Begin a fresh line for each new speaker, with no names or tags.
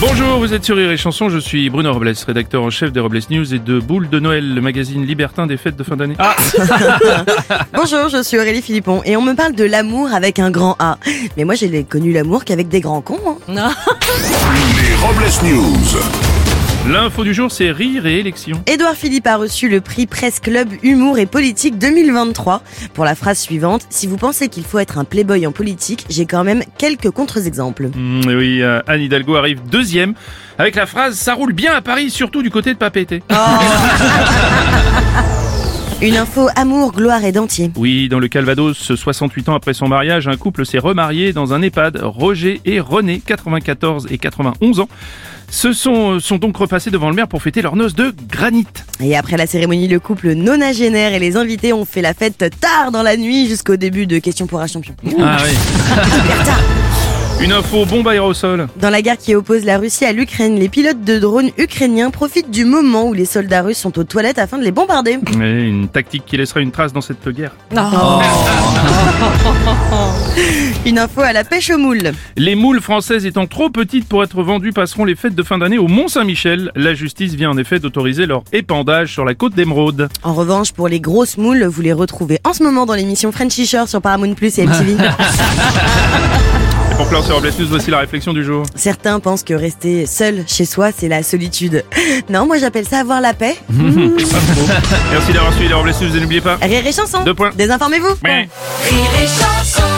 Bonjour, vous êtes sur Rire et Chanson, je suis Bruno Robles, rédacteur en chef des Robles News et de Boule de Noël, le magazine libertin des fêtes de fin d'année. Ah
Bonjour, je suis Aurélie Philippon et on me parle de l'amour avec un grand A. Mais moi, j'ai connu l'amour qu'avec des grands cons. hein.
Les Robles News.
L'info du jour, c'est rire et élection.
Édouard Philippe a reçu le prix Presse Club Humour et Politique 2023 pour la phrase suivante Si vous pensez qu'il faut être un playboy en politique, j'ai quand même quelques contre-exemples.
Hmm, et oui, euh, Anne Hidalgo arrive deuxième avec la phrase « ça roule bien à Paris, surtout du côté de Papété
Une info amour, gloire et dentier.
Oui, dans le Calvados, 68 ans après son mariage, un couple s'est remarié dans un EHPAD. Roger et René, 94 et 91 ans, se sont, sont donc repassés devant le maire pour fêter leur noce de granit.
Et après la cérémonie, le couple nonagénaire et les invités ont fait la fête tard dans la nuit jusqu'au début de Question pour un champion.
Ah oui. Une info bombe aérosol.
Dans la guerre qui oppose la Russie à l'Ukraine, les pilotes de drones ukrainiens profitent du moment où les soldats russes sont aux toilettes afin de les bombarder.
Et une tactique qui laissera une trace dans cette guerre.
Une info à la pêche aux moules.
Les moules françaises étant trop petites pour être vendues passeront les fêtes de fin d'année au Mont-Saint-Michel. La justice vient en effet d'autoriser leur épandage sur la côte d'Émeraude.
En revanche, pour les grosses moules, vous les retrouvez en ce moment dans l'émission Frenchy Shore sur Paramount Plus et MTV.
Et pour clore sur Robles News, voici la réflexion du jour.
Certains pensent que rester seul chez soi, c'est la solitude. Non, moi j'appelle ça avoir la paix.
Merci d'avoir suivi les Robles News et n'oubliez pas...
Rire et chanson.
Deux points.
Désinformez-vous.
Mouais.
Rire et chanson